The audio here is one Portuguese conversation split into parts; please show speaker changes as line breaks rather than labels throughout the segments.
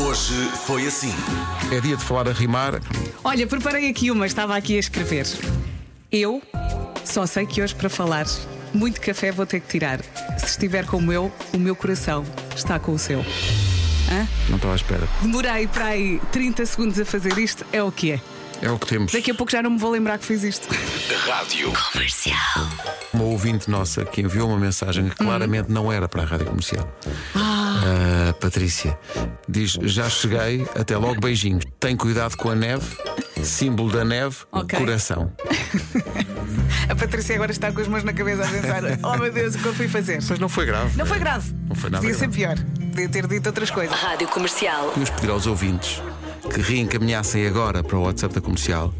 Hoje foi assim.
É dia de falar a rimar.
Olha, preparei aqui uma, estava aqui a escrever. Eu só sei que hoje para falar, muito café vou ter que tirar. Se estiver como eu, o meu coração está com o seu. Hã?
Não estava à espera.
Demorei para aí 30 segundos a fazer isto, é o que é.
É o que temos.
Daqui a pouco já não me vou lembrar que fiz isto.
Rádio
Uma ouvinte nossa que enviou uma mensagem que claramente não era para a rádio comercial. Ah, Patrícia diz: Já cheguei, até logo, beijinhos. Tem cuidado com a neve, símbolo da neve,
Ok.
coração.
A Patrícia agora está com as mãos na cabeça a pensar: oh meu Deus, o que eu fui fazer?
Mas não foi grave.
Não foi grave.
Não foi nada
Podia ser
grave.
pior. Podia ter dito outras coisas.
Rádio Comercial.
Vamos pedir aos ouvintes que reencaminhassem agora para o WhatsApp da comercial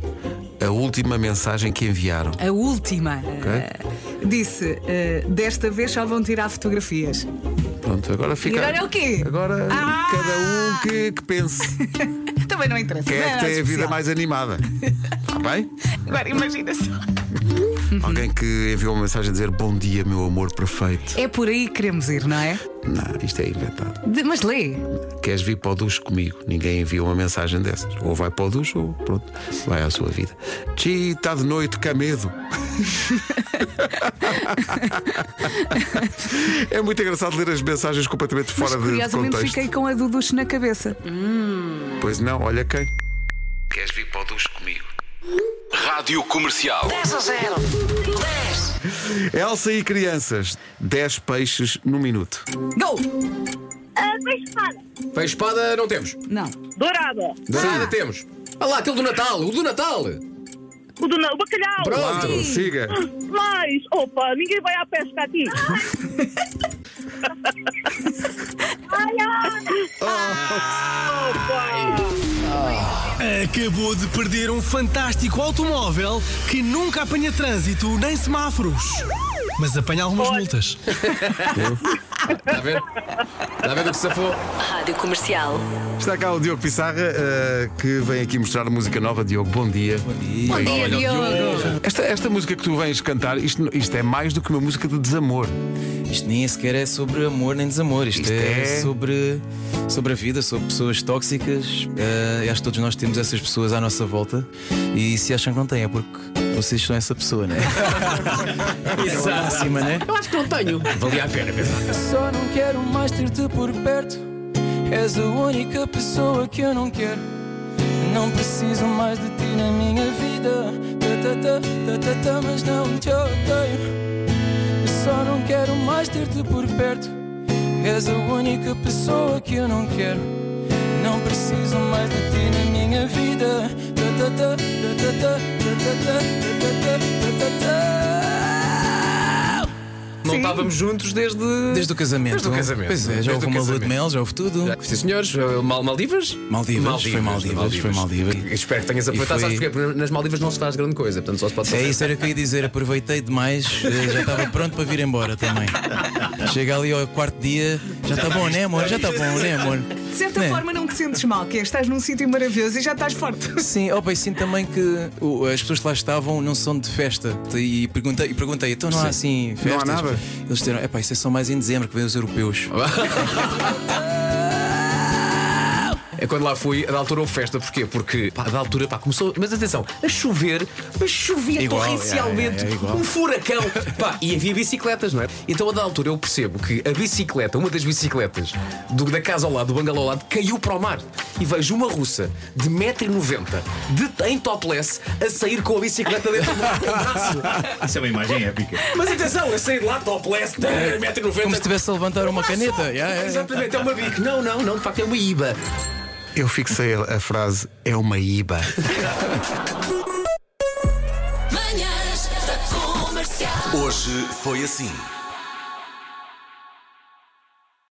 a última mensagem que enviaram.
A última. eh, disse: eh, desta vez só vão tirar fotografias.
Pronto, agora fica.
E agora é o quê?
Agora
Ah!
cada um que, que pense.
Também não interessa.
Quem
não
é que
nada
tem a vida
especial.
mais animada? Está bem?
Agora imagina só.
Alguém que enviou uma mensagem a dizer bom dia, meu amor perfeito.
É por aí que queremos ir, não é?
Não, isto é inventado.
De- mas lê.
Queres vir para o duche comigo? Ninguém envia uma mensagem dessas. Ou vai para o duche ou pronto, vai à sua vida. Chi, está de noite, cá medo. é muito engraçado ler as mensagens completamente fora
mas
de- de
curiosamente
contexto.
fiquei com a do duche na cabeça.
Pois não, olha quem. Queres vir para o duche comigo?
Rádio Comercial.
Elsa e crianças, 10 peixes no minuto.
Go!
Ah, peixe espada.
Peixe espada não temos.
Não.
Dourada.
Dourada temos. Ah lá, aquele do Natal, o do Natal.
O, do, o bacalhau.
Pronto.
Claro, siga.
Mais. Opa, ninguém vai à pesca aqui. ai, ai.
Acabou de perder um fantástico automóvel que nunca apanha trânsito nem semáforos. Mas apanha algumas multas.
Está a ver? Está a ver do Tá que safou?
Rádio Comercial.
Está cá o Diogo Pissarra, eh, que vem aqui mostrar música nova. Diogo, bom dia. Bom dia.
Bom dia, Diogo.
Esta, esta música que tu vens cantar, isto, isto é mais do que uma música de desamor.
Isto nem sequer é sobre amor nem desamor, isto,
Isto
é,
é-
sobre, sobre a vida, sobre pessoas tóxicas. Eh, acho que todos nós temos essas pessoas à nossa volta e se acham que não têm é porque vocês são essa pessoa, não é? Isso é acima, né?
Eu acho que não tenho. Valia a pena pensar.
Só não quero mais ter-te por perto. És a única pessoa que eu não quero. Não preciso mais de ti na minha vida. Ta, ta, ta, ta, ta, ta, mas não te odeio. Eu só não quero mais ter-te por perto. És a única pessoa que eu não quero. Não preciso mais de ti na minha vida. Ta, ta, ta, ta, ta, ta, ta, ta, ta, ta, ta, ta, ta, ta.
Não estávamos juntos desde.
Desde o casamento.
Desde o casamento.
Pois é,
Desde
já
o
houve uma lua de
casamento.
mel, já houve tudo.
Sim, senhores, eh, Mal- Maldivas?
Maldivas, foi Maldivas, foi Maldivas.
E- e Espero que tenhas aproveitado,
E foi-
sabes porquê? Porque nas Maldivas não se faz grande coisa, portanto só se pode
É
fazer.
isso, era o que eu ia dizer. Aproveitei demais, eh, já estava pronto para vir embora também. Chega ali ao quarto dia, já está bom, né, amor? Já está bom, né, amor?
De certa
Né?
forma, não te sentes mal, que é, estás num sítio maravilhoso e já estás forte.
Sim, oh, bem, sinto também que o- as pessoas que lá estavam não são de festa. E perguntei, e perguntei então não há
Não
assim
há
festas?
nada?
Eles disseram, é pá, isso é só mais em dezembro que vêm os europeus.
É quando lá fui, da altura houve festa, porquê? Porque pá, da altura pá, começou, mas atenção, a chover, mas chovia
Igual,
torrencialmente,
é, é, é, é igual.
um furacão, pá, e havia bicicletas, não é? Então a da altura eu percebo que a bicicleta, uma das bicicletas do- da casa ao lado, do bangalô ao lado, caiu para o mar. E vejo uma russa de 1,90m, de, em topless, a sair com a bicicleta dentro do mar com o braço.
Isso é uma imagem épica. É,
Mas atenção, eu saí de lá topless, 1,90m.
Como se estivesse a levantar uma caneta. Yeah, yeah.
Exatamente, é uma bico. Não, não, não, de facto é uma IBA.
Eu fixei a, a frase, é uma IBA.
Manhãs da Comercial.
Hoje foi assim.